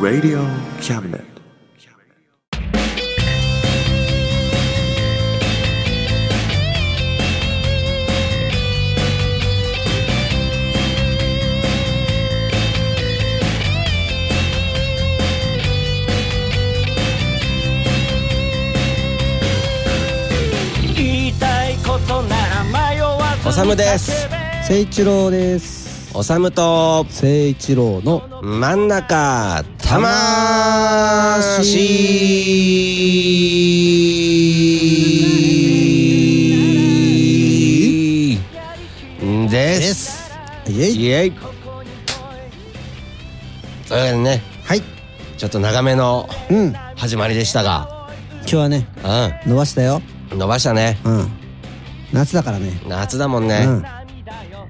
Radio Cabinet. 言いたいことなら迷わずおさむです誠一郎ですおさむと誠一郎の真ん中たまーしですイエイイエイというわけでねはいちょっと長めのうん今始まりでしたが日はねう伸ばしたよん伸ばしたねうん夏だからね夏だもんね、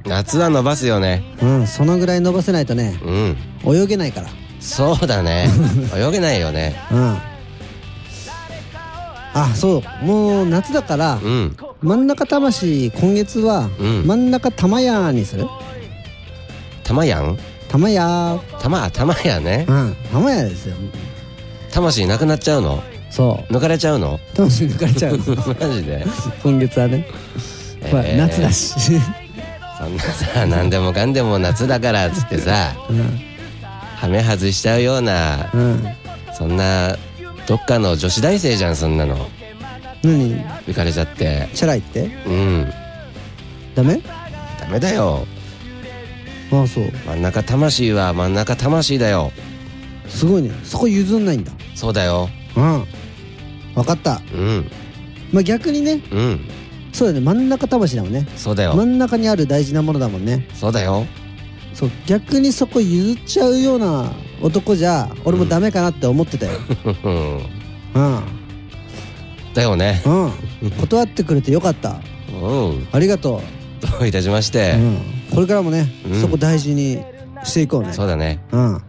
夏は伸ばすよねうんうんそのぐらい伸ばせないとねうん泳げないからそうだね 泳げないよねうんあそうもう夏だから、うん真ん中魂今月は、うん真ん中玉屋にする玉やん玉屋玉玉やねうん玉屋ですよ魂なくなっちゃうのそ抜かれちゃうのう魂抜かれちゃう マジで、今月はね、ほらえー夏だし、そんなさ何でもかんでも夏だからっつってさうんハメ外しちゃうようなうんそんなどっかの女子大生じゃんそんなの何浮かれちゃってチャラいってうんダメダメだよああそう真ん中魂は真ん中魂だよすごいねそこ譲んないんだそうだようん分かったうんまあ逆にねうんそうだね真ん中魂だもんねそうだ真よん中にある大事なものだもんねそうだよそう逆にそこ譲っちゃうような男じゃ俺もダメかなって思ってたようんうんだよねうん断ってくれてよかったうんありがとどういたしましう、てう、ん、これからもね、うんそこ大事にしていこうねそうだねうん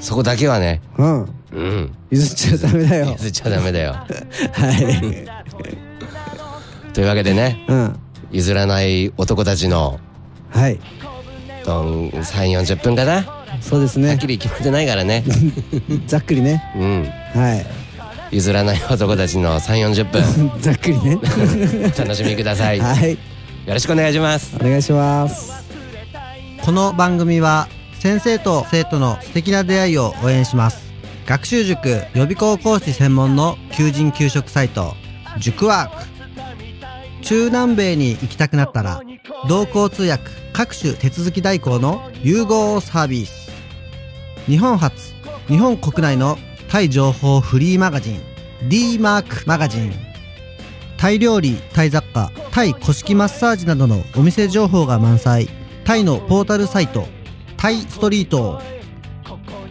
そこだけはねうんうん譲っちゃダメだよ譲っちゃダメだよはいというわけでねうん譲らない男たちのはいどん3 4 0分かなはそうですっねきり決まってないからねざっくりねうんはい譲らない男たちの3 4 0分ざっくりねお楽しみくださいよはいろしくお願いしますお願いしますこの番組は先生と生徒の素敵な出会いを応援します学習塾予備校講師専門の求人・給食サイト塾ワーク中南米に行きたくなったら同行通訳各種手続き代行の融合サービス日本初日本国内のタイ情報フリーマガジン d マークマガジンタイ料理タイ雑貨タイ古式マッサージなどのお店情報が満載タイのポータルサイトタイストリートを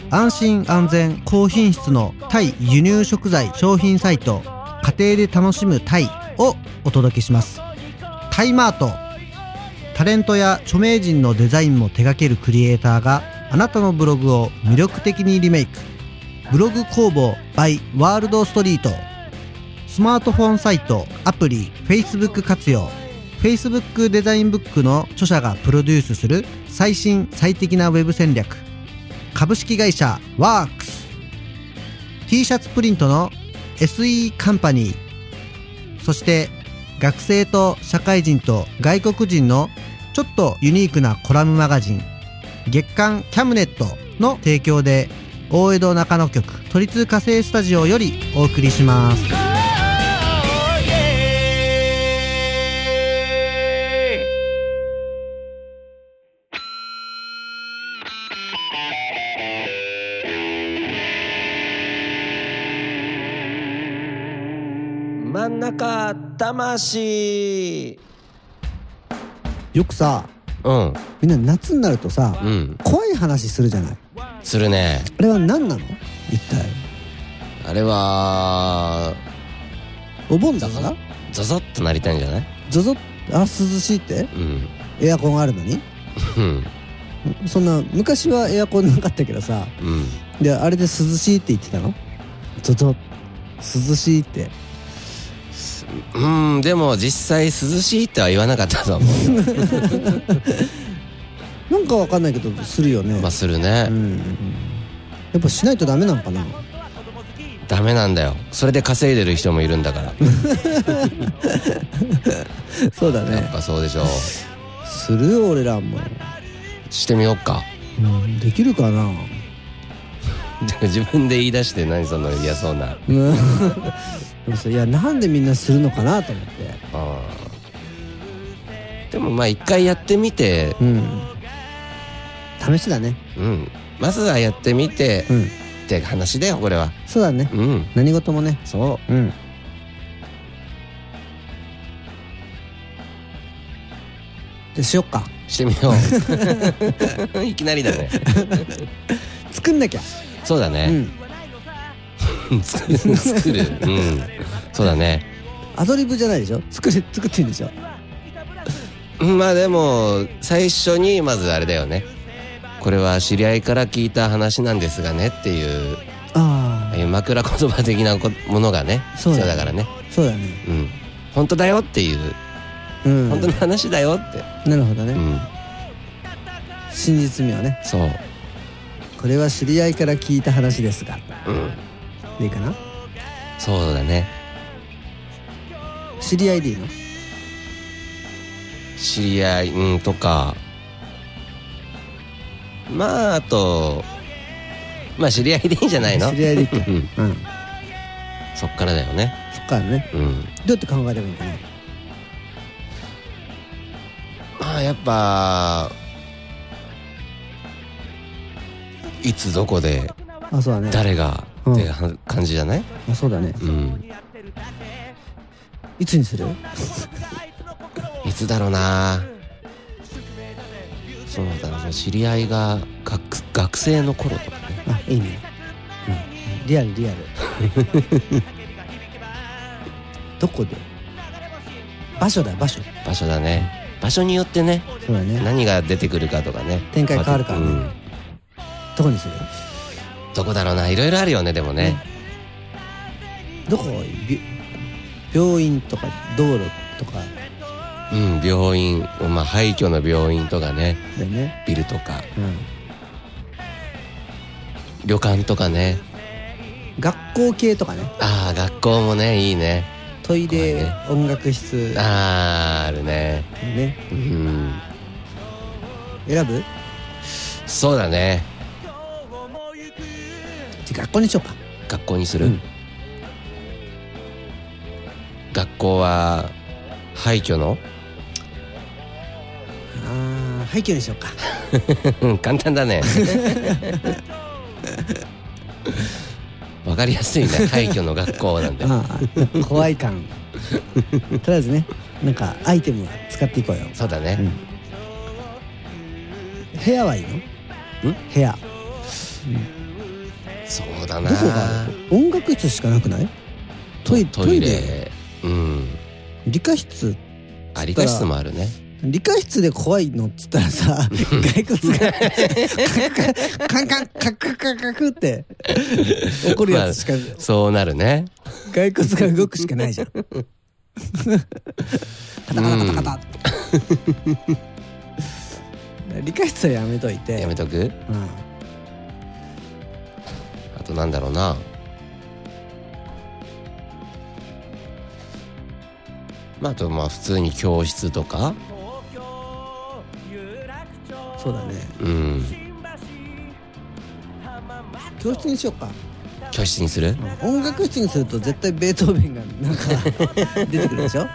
安心安全高品質のタイ輸入食材商品サイト家庭で楽しむタイをお届けしますタイマートタレントや著名人のデザインも手掛けるクリエイターがあなたのブログを魅力的にリメイクブログ工房 by ワールドストリートスマートフォンサイト、アプリ、Facebook 活用。Facebook デザインブックの著者がプロデュースする最新最適なウェブ戦略。株式会社 WORKS。T シャツプリントの SE カンパニー。そして、学生と社会人と外国人のちょっとユニークなコラムマガジン、月刊キャムネットの提供で、大江戸中野局都立火星スタジオよりお送りします。真ん中魂よくさうんみんな夏になるとさ、うん怖い話するじゃないするねあれは何なの一体あれはお盆だからゾゾッとなりたいんじゃないゾゾあ涼しいってうんエアコンあるのにうんそんな昔はエアコンなかったけどさうんであれで涼しいって言ってたのゾゾ涼しいってうんでも実際涼しいとは言わなかったと思うなんなんかわかんないけどするよね、まあするね、うんやっぱしないとダメなんかなダメなんだよそれで稼いでる人もいるんだ からそうだやっねぱそうでしょするよ俺らも、してみよっかうんできるかな 自分で言い出して何その嫌そうなうん でもさいやなんでみんなするのかなと思ってうんでもまあ一回やってみてうん試しだねうんまずはやってみて、うんって話だよこれはそうだねうん何事もねそううんでしよっかしてみよ う いきなりだね作んなきゃそうだうね、ん作る 作るうんそうだねアドリブじゃないでしょ作れ作ってんでしょうんまあでも最初にまずあれだよねこれは知り合いから聞いた話なんですがねっていうあああいう枕言葉的なこものがねそうだね必要だからねあそうだねうん本当だよっていううん本当の話だよってなるほどね、うん真実味はねそうこれは知り合いから聞いた話ですがうんでいいかなそうだね知り合いでいいの知り合い、うん、とかまああとまあ知り合いでいいんじゃないの知り合いでいいかうんうんそっからだよねそっからねうんどうやって考えればいいかなまあやっぱいつどこであそうだね誰がうんっては感じじゃないあそうだねうんいつにするいつだろうなそうだなその知り合いが学学生の頃とかねあいいね、うん、リアルリアルどこで場所だ場所場所だね場所によってねそうだね何が出てくるかとかね展開変わるからねうんどこにするどこだろうないろいろあるよねでもねどこび病院とか道路とかうん病院まあ廃墟の病院とかねだよねビルとかうん旅館とかね学校系とかねああ学校もねいいねトイレ、怖音楽室ねあああるねうん選ぶそうだねじゃあ学校にしようか学校にする、うん学校は廃墟の あー廃墟にしようかうん簡単だねわかりやすいね廃墟の学校なんでああ怖い感とりあえずねなんかアイテムは使っていこうよそうだね、部屋はいいの部屋そうだどなこがある音楽室しかなくないトイトイトイレうん理科室あ理科室もあるね理科室で怖いのっつったらさ骸骨がカンカンカンカンカンカンカンカンって怒るやつしかそうなるね骸骨が動くしかないじゃんカタカタカタカタって理科室はやめといてやめとくうんあとなんだろうなまああとまあ普通に教室とかそうだねうん教室にしようか教室にする音楽室にすると絶対ベートーベンがなんか出てくるでしょ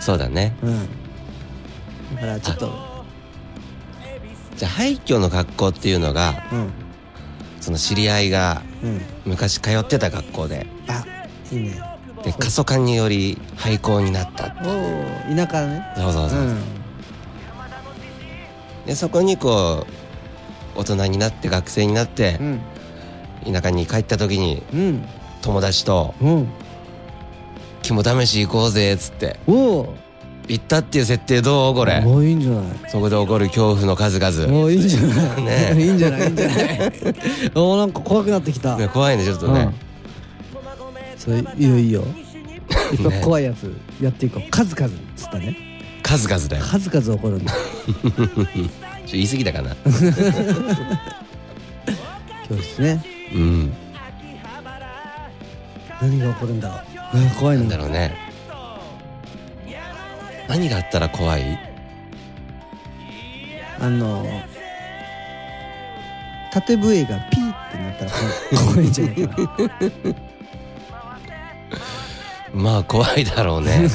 そうだねうんだからちょっとじゃあ廃墟の学校っていうのがうんその知り合いがうん昔通ってた学校であいいねで過疎化により廃校になったおお田舎ねそうそううそう、んでそこにこう大人になって学生になってうん田舎に帰った時にうん友達とうん「肝試し行こうぜ」っつっておお行ったっていう設定どうこれもういいんじゃないそこで起こる恐怖の数々もういいんじゃない、ねいいんじゃないいいんじゃないおーなんか怖くなってきた、ね怖いねちょっとね、それいいよいいよいっぱいね怖いやつやっていこう数々っつったね数々だよ数々起こるんだと言い過ぎたかな今日で すねうん 何が起こるんだろううわ怖いなんんだだろうね何があったら怖いあの縦笛がピーってなったら怖い怖いんじゃないかなまあ怖いだろう ね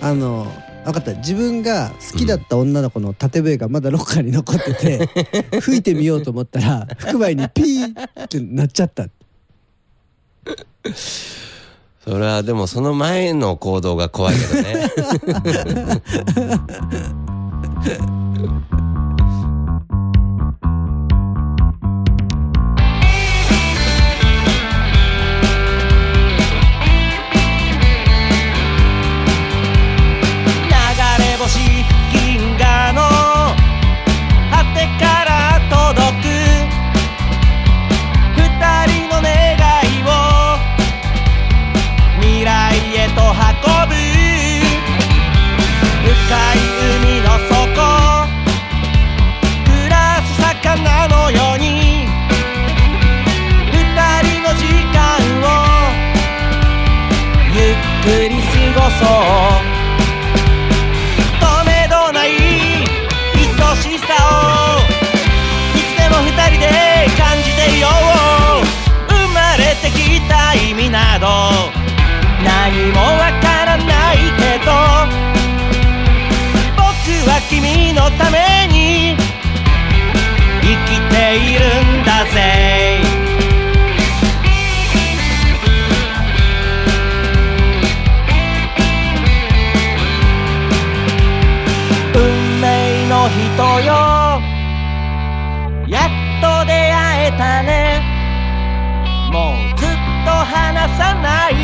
あの分かった自分が好きだった女の子の縦笛がまだロッカーに残って て吹いてみようと思ったら腹部にピーってなっちゃったそれはでもその前の行動が怖いけど ね流れ星銀河の果てから届く二人の願いを未来へと運ぶ深い海の底暮らす魚のように二人の時間をゆっくり過ごそう止めどない愛しさをいつでも二人で感じていよう生まれてきた意味など何もわからないけど僕は君のために生きているんだぜ運命の人よやっと出会えたねもうずっと離さない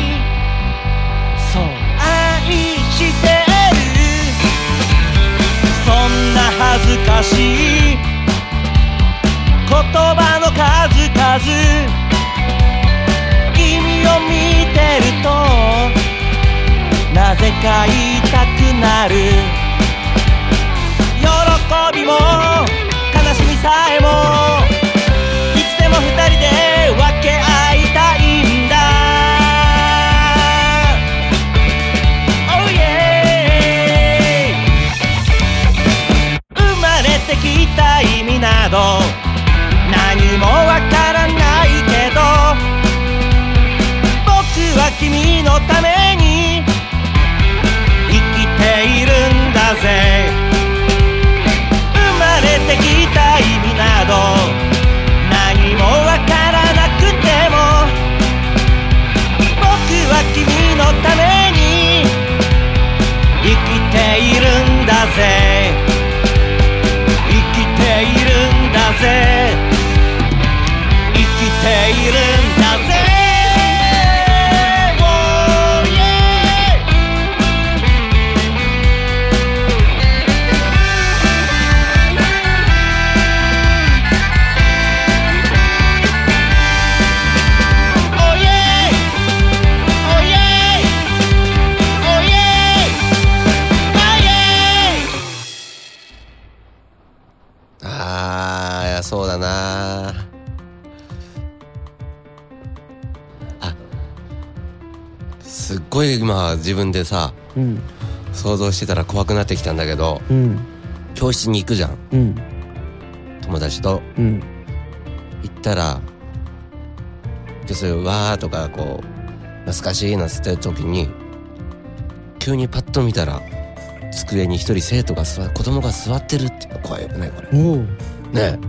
そう愛してるそんな恥ずかしい言葉の数々君を見てるとなぜか言いたくなる喜びも悲しみさえもいつでも二人で分け合いたいんだ Oh yeah 生まれてきた意味など何もわからないけど僕は君のために生きているんだぜ生まれてきた意味など何もわからなくても僕は君のために生きているんだぜ生きているんだぜ生きているんだぜ Oh, yeah! おいえいおいえいおいえいバイエイあーいやそうだなあすっごい今自分でさうん想像してたら怖くなってきたんだけどうん教室に行くじゃんうん友達とうん行ったらでそれわーとかこう懐かしいなって言った時に急にパッと見たら机に一人生徒が座子供が座ってるって怖いよねこれおおね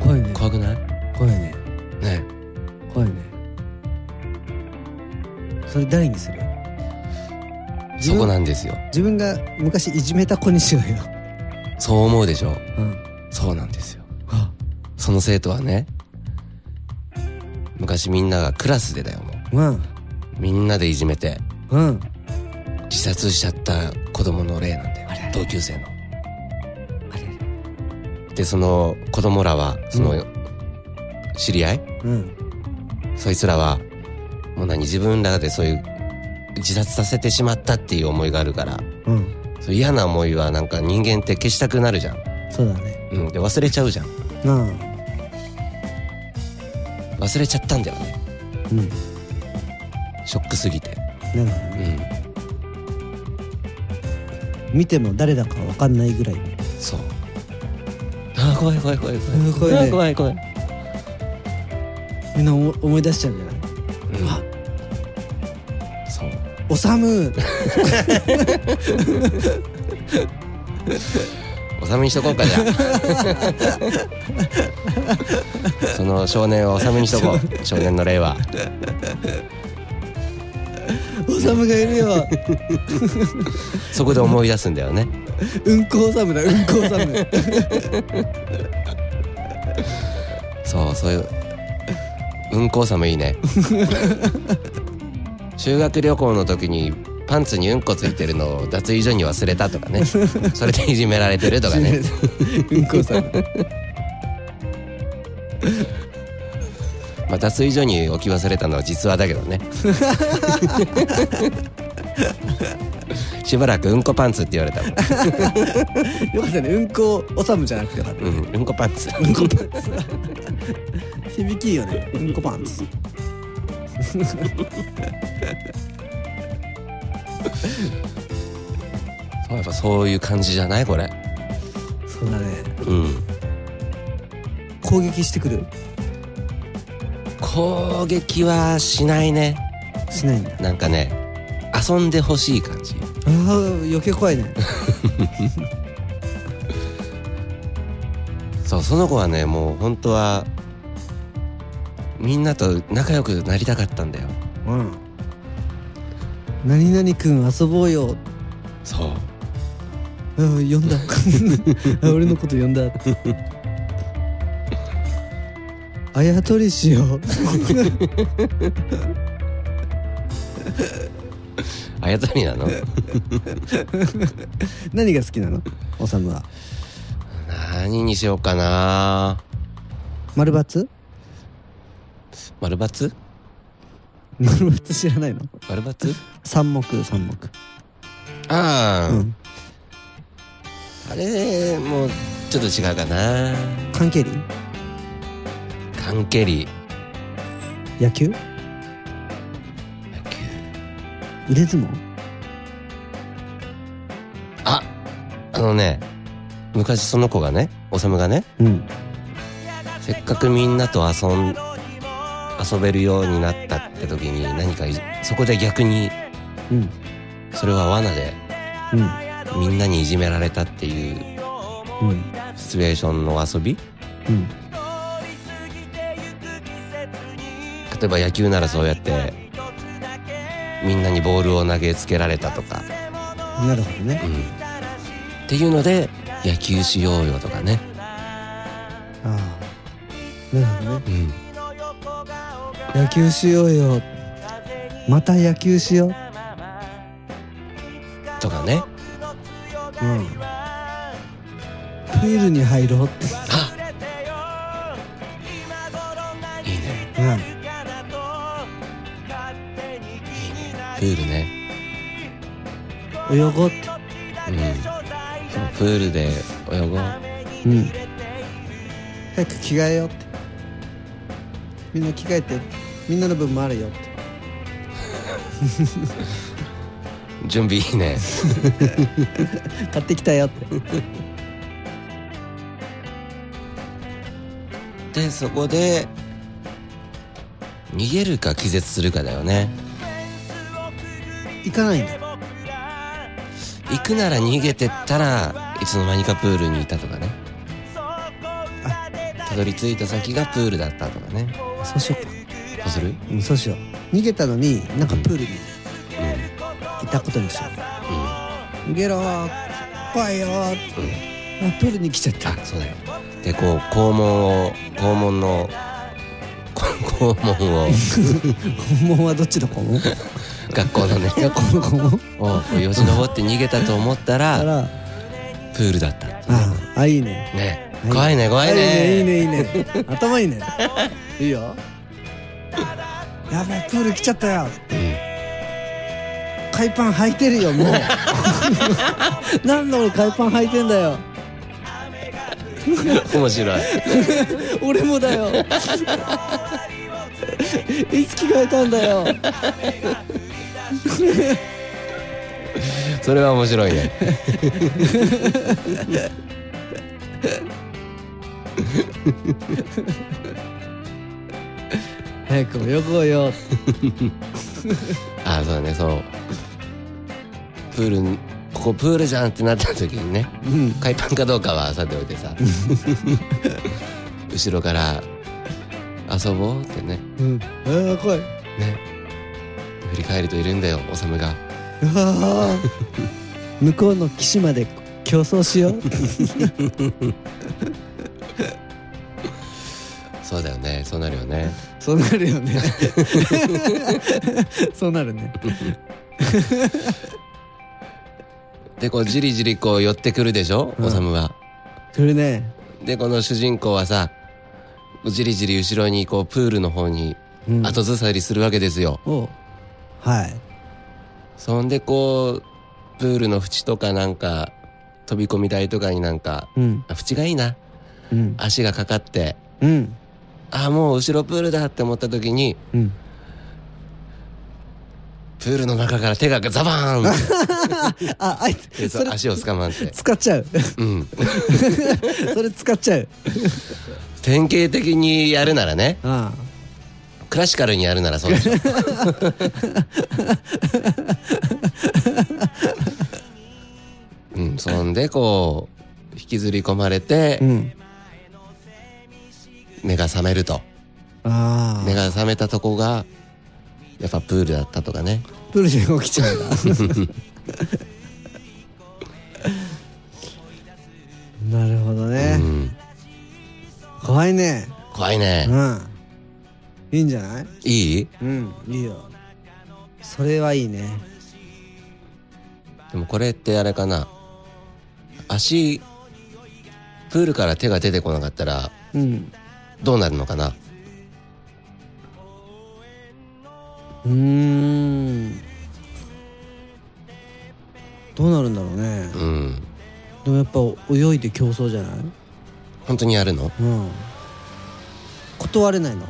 怖いねえ怖くない怖いねね怖いねそれ誰にするえそこなんですよ自分が昔いじめた子にしようよ、そう思うでしょうん、そうなんですよあその生徒はね昔みんながクラスでだよもうんうみんなでいじめてうん自殺しちゃった子供の例なんだよあれあれ同級生のあれでその子供らはその、う知り合いうんそいつらはもう何自分らでそういう自殺させてしまったっていう思いがあるからうんそう嫌な思いはなんか人間って消したくなるじゃん、そうだねうん、で忘れちゃうじゃんなあ忘れちゃったんだよねうんショックすぎてなんかうん見ても誰だかわかんないぐらいそうあー怖い怖い怖い怖いうん怖いねあー怖い怖いみんな思思い出しちゃうんじゃないうんそうおさむおさめにしとこうかじゃあ その少年をおさめにしとこう少年の霊はおさむがいるよそこで思い出すんだよねうんこおさむだうんこおさむそうそういううんこさもいい ね修学旅行の時にパンツにうんこついてるのを脱衣所に忘れたとかねそれでいじめられてるとかねうんこおさむまあ脱衣所に置き忘れたのは実話だけど ねしばらくうんこパンツって言われたもんよかったねうんこおさむじゃなくてよかっうん、うんこパンツ。たうんこパンツ響きいいよねうんこパンツそうやっぱそういう感じじゃないこれ。そうだねうん。攻撃してくる攻撃はしないね。しないんだなんかね、遊んでほしい感じ。あー余計怖いねそう、その子はね、もう本当は、みんなと仲良くなりたかったんだよ。うん何々くん遊ぼうよそう。あー呼んだ あ俺のこと呼んだあやとりしようあやとりなの何が好きなのおさむは何にしようかな丸抜丸抜丸抜知らないの丸抜三目三目ああ、うんあれ、もう、ちょっと違うかな関係輪関係理。野球野球腕相撲ああのね昔その子がねおさむがねうんせっかくみんなと遊ん遊べるようになったって時に何かいそこで逆にうんそれは罠でうんみんなにいじめられたっていううんシチュエーションの遊びうん例えば野球ならそうやってみんなにボールを投げつけられたとか、なるほどうねん、っていうので野球しようよとかね、ああなるほどねうん、野球しようよまた野球しようとかねうんプールに入ろうってあいいねうんプールね泳ごうってうんプールで泳ごううん早く着替えようってみんな着替えてみんなの分もあるよって準備いい ね買ってきたよってでそこで逃げるか気絶するかだよね行かないんだ行くなら逃げてったらいつの間にかプールにいたとかねたどり着いた先がプールだったとかねそうしようかどうするうんそうしよう逃げたのになんかプールにいたことにしよう逃げろー怖いよーってうん、うんうん、あプールに来ちゃったあそうだよでこう肛門を肛門のこ肛 門を肛門はどっちの肛 門学校のねいやこの肛を門よじ登って逃げたと思ったかららあプールだったってああいいねねはい怖いね怖いいいねねいいねいいね頭い いねいいよ やべえプール来ちゃったよ海パン履いてるよもうなんで俺海パン履いてんだよ面白い。俺もだよいつ着替えたんだよそれは面白いね。早く泳ごうよあ、そうだね、その。プール、ここプールじゃんってなった時にね、うん海パンかどうかはさておい てさ。後ろから。遊ぼうってね、うんああ怖いね。振り返るといるんだよ、おさむが。うわー向こうの岸まで競争しようそうだよね、そうなるよね。そうなるよね そうなるねで、こうじりじりこう寄ってくるでしょ、うんおさむは。それねで、この主人公はさ。じりじり後ろにこうプールの方にうん後ずさりするわけですよ。おはいそんでこう、プールの縁とかなんか、飛び込み台とかになんか、うんあ縁がいいな。うん足がかかって、うんああ、もう後ろプールだって思った時に、うんプールの中から手がザバーンっああいつ てそれ足を掴まんて。使っちゃう うん。それ使っちゃう典型的にやるならね、ああクラシカルにやるならそうでしょ。うん、そんでこう、引きずり込まれてう、ん目が覚めると。あ目あが覚めたとこがやっぱプールだったとかねプールで起きちゃうんだなるほどうね、ん怖いね怖いねうんいいんじゃないいいうんいいよそれはいいねでもこれってあれかな足プールから手が出てこなかったらうんどうなるのかなうーんどうなるんだろうねうんでもやっぱ泳いで競争じゃない本当にやるのうん断れ ないの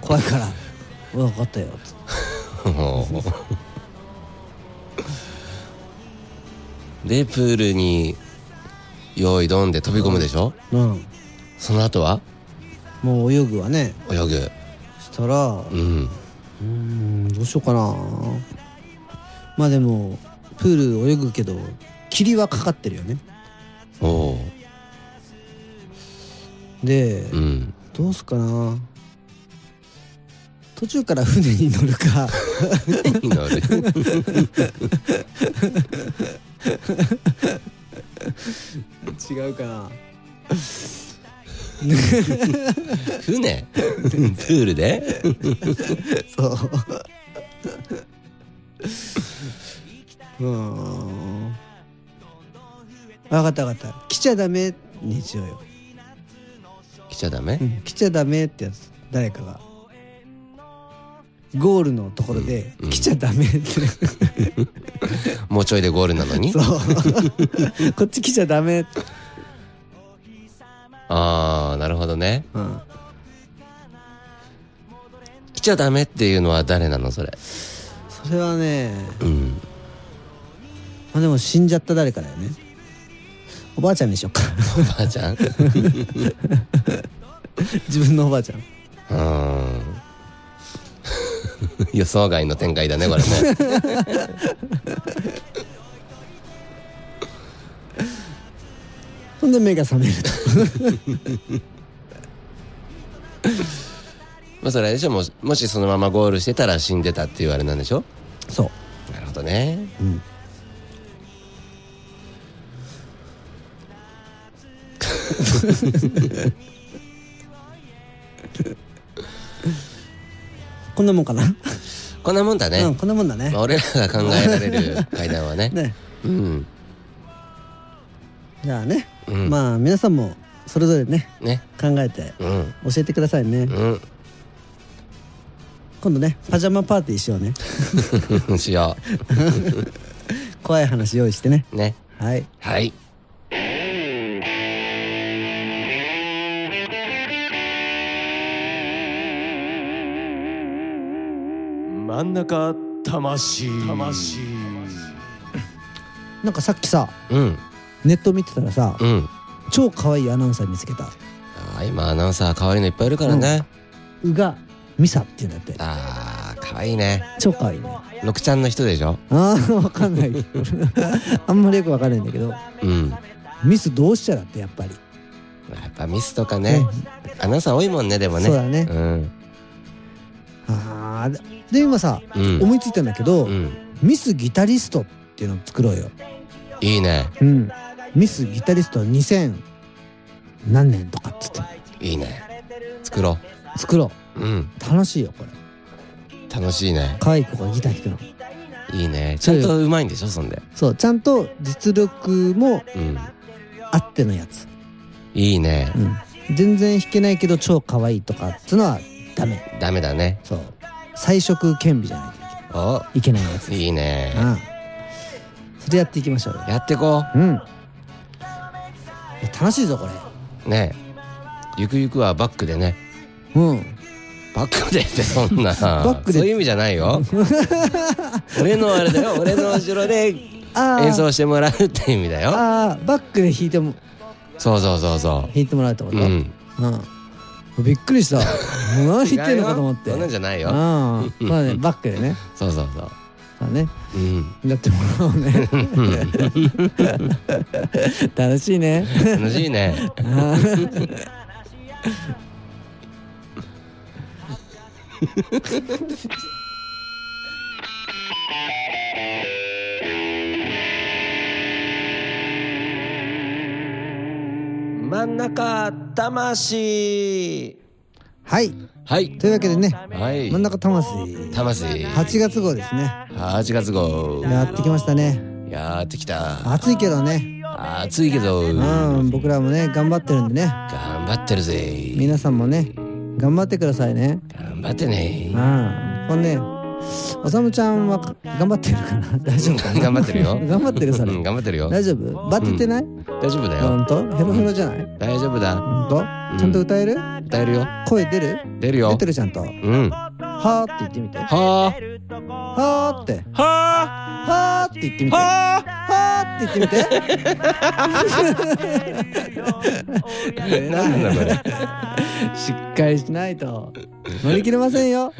怖いから分かったよつってもうでプールに用意ドンで飛び込むでしょうんその後はもう泳ぐわね泳ぐしたらうんうーんどうしようかなまあでもプール泳ぐけど霧はかかってるよねおおで、ーうんどうすっかな途中から船に乗る かいいのあれ違うかな船プールでそううーん分かった分かった来ちゃダメにしようよ、来ちゃダメ、うん来ちゃダメってやつ誰かがゴールのところでうんうん来ちゃダメって、もうちょいでゴールなのにそう こっち来ちゃダメって、ああなるほどねうん、来ちゃダメっていうのは誰なのそれそれはねうんまあでも死んじゃった誰かだよねおばあちゃんにしようかお ばあちゃんう自分のおばあちゃんーん予想外の展開だねこれねほんで目が覚めるとまあそれあれでしょもしもしそのままゴールしてたら死んでたっていうあれなんでしょそうなるほどねうんこんなもんかな、こんなもんだね、うんこんなもんだねまあ、俺らが考えられる階段はね ねうんじゃあね、うんまあ皆さんもそれぞれねね考えてうん教えてくださいねう 今度ねパジャマパーティーしようねんしよ怖い話用意してねね。はいはい。真ん中魂魂なんかさっきさうん。ネット見てたらさうん。超可愛いアナウンサー見つけたあー今アナウンサー可愛いのいっぱいいるからね。宇賀美沙っていうんだってああ、可愛いね。超可愛いねのくちゃんの人でしょあーわかんないけ どあんまりよくわかんないんだけどうん。ミスどうしちゃだってやっぱりやっぱミスとかね。アナウンサー多いもんね、でもね。そうだねうん。あーでで今さうん。思いついたんだけど、うん。ミスギタリストっていうのを作ろうよ、いいね。うん、ミスギタリスト2000何年とかっつっていいね。作ろ作ろう。うん。う楽しいよこれ楽しいね。可愛い子がギター弾くのいいね。ちゃんとうまいんでしょ、そんで。そうちゃんと実力もうん。あってのやつ、いいね。うん、全然弾けないけど超可愛いとかっつうのはダメダメだね。そう彩色顕微じゃないとおいけないやついいね。ああそれやっていきましょうよやってこうんいや楽しいぞこれう。ね。ゆくゆくはバックでね。うんバックでってそんな。 バックでそういう意味じゃない よ。俺のあれだよ。俺の後ろでああ演奏してもらうって意味だよ。ああバックで弾いてもそうそうそうそ弾いてもらうってこう。と、ううんん。びっく りしたもう何言ってんのかと思って違うよそんなんじゃないよ。ああま あねバックでねそうそうそう。まあねうん。やってもらお うね楽しいね楽しいね。ああ真ん中魂。はいはい。というわけでねはい。真ん中魂魂。 8月号ですね八月号。やってきましたねやってきた。暑いけどね暑いけど。うん僕らもね頑張ってるんでね頑張ってるぜ。皆さんもね頑張ってくださいね頑張ってね。ああこれねおさむちゃんは頑張ってる かな大丈夫かな頑張ってるよ 頑張ってるそれうん、頑張ってるよ。大丈夫バテてない、大丈夫だほよ。んとヘロヘロじゃない大丈夫だ。ほんとちゃんと歌える歌えるよ。声出る出る出よて。るちゃんとうん。はーって言ってみて ははーってあ。はあ。はーって言ってみてははーって言ってみ てあ。なんだこれ。しっかりしないと乗り切れませんよ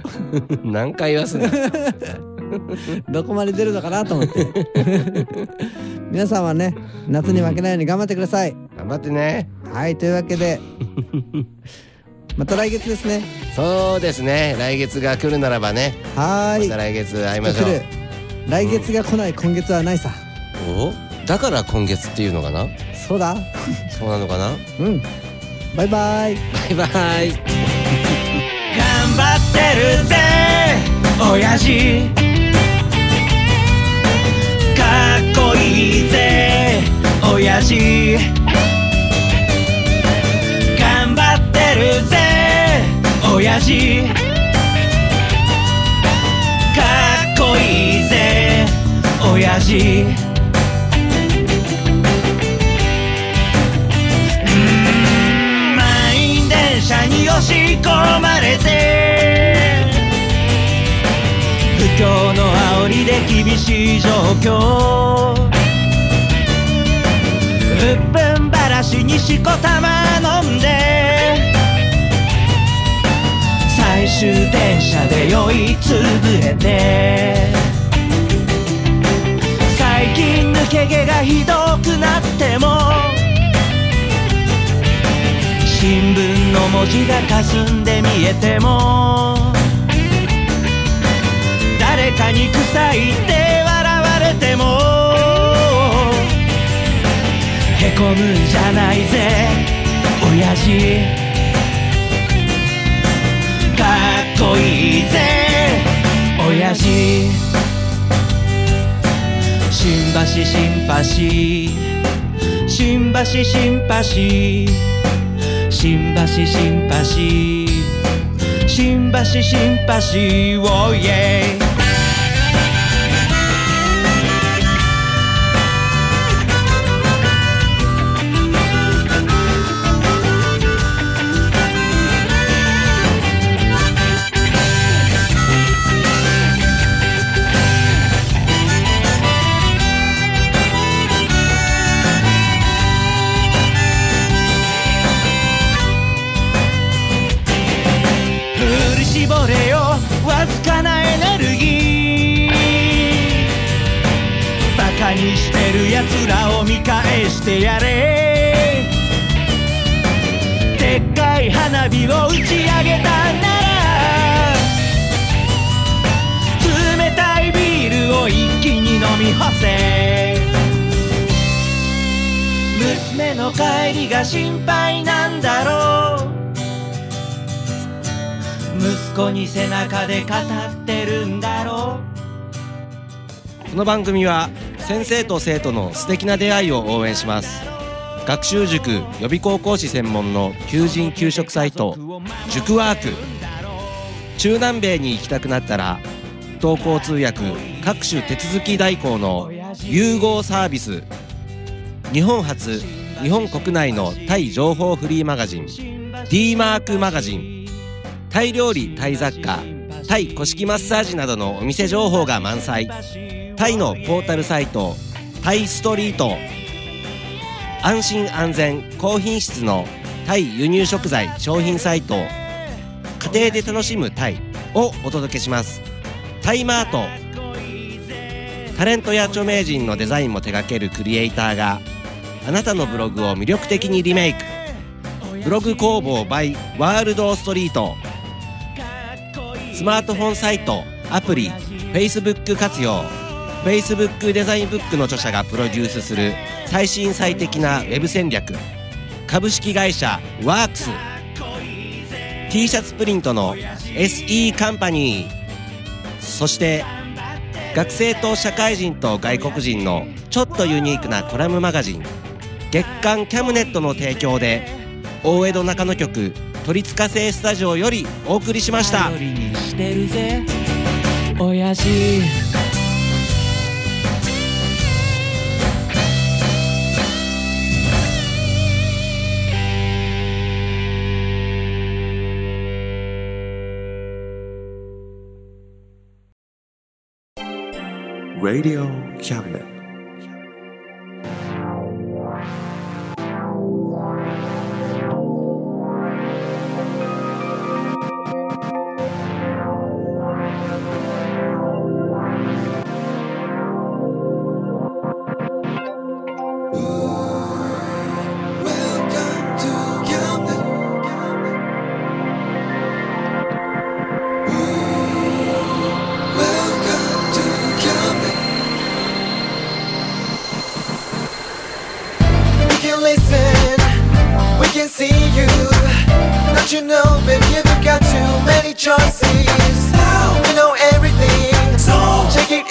何回言わすの。どこまで出るのかなと思って 皆さんはね夏に負けないように頑張ってください頑張ってね。はいというわけで また来月ですねそうですね。来月が来るならばね。はーまいた来月会いましょう来る。来月が来ない今月はないさおだから今月っていうのかなそうだそうなのかなうんバイババイイバイ頑張ってるぜ親父かっこいいぜ親父頑張ってるぜ親父かっこいいぜ親父満員電車に押し込まれて不況の煽りで厳しい状況うっぷんばらしにしこたま飲んで最終電車で酔いつぶれて最近抜け毛がひどくなっても新聞の文字が霞んで見えても誰かに臭いって笑われてもへこむんじゃないぜ親父かっこいいぜ親父新橋新橋新橋新橋新橋新橋新橋新橋をイエイカにしてる奴らを見返してやれでっかい花火を打ち上げたんなら冷たいビールを一気に飲み干せ娘の帰りが心配なんだろう息子に背中で語ってるんだろうこの番組は先生と生徒の素敵な出会いを応援します学習塾予備高校師専門の求人・求職サイト塾ワーク中南米に行きたくなったら同行通訳各種手続き代行の融合サービス日本初日本国内のタイ情報フリーマガジン d マークマガジンタイ料理タイ雑貨タイ古式マッサージなどのお店情報が満載タイのポータルサイトタイストリート安心安全高品質のタイ輸入食材商品サイト家庭で楽しむタイをお届けしますタイマートタレントや著名人のデザインも手掛けるクリエイターがあなたのブログを魅力的にリメイクブログ工房 by ワールドストリートスマートフォンサイトアプリ Facebook 活用 Facebook デザインブックの著者がプロデュースする最新最適なウェブ戦略株式会社ワークス t シャツプリントの SE カンパニーそして学生と社会人と外国人のちょっとユニークなコラムマガジン月刊キャムネットの提供で大江戸中野局鳥塚製スタジオよりお送りしました頼りにしてるぜ親父 Radio Cabinet. We can listen, we can see you. Don't you know, baby, you've got too many choices. You know everything, so check it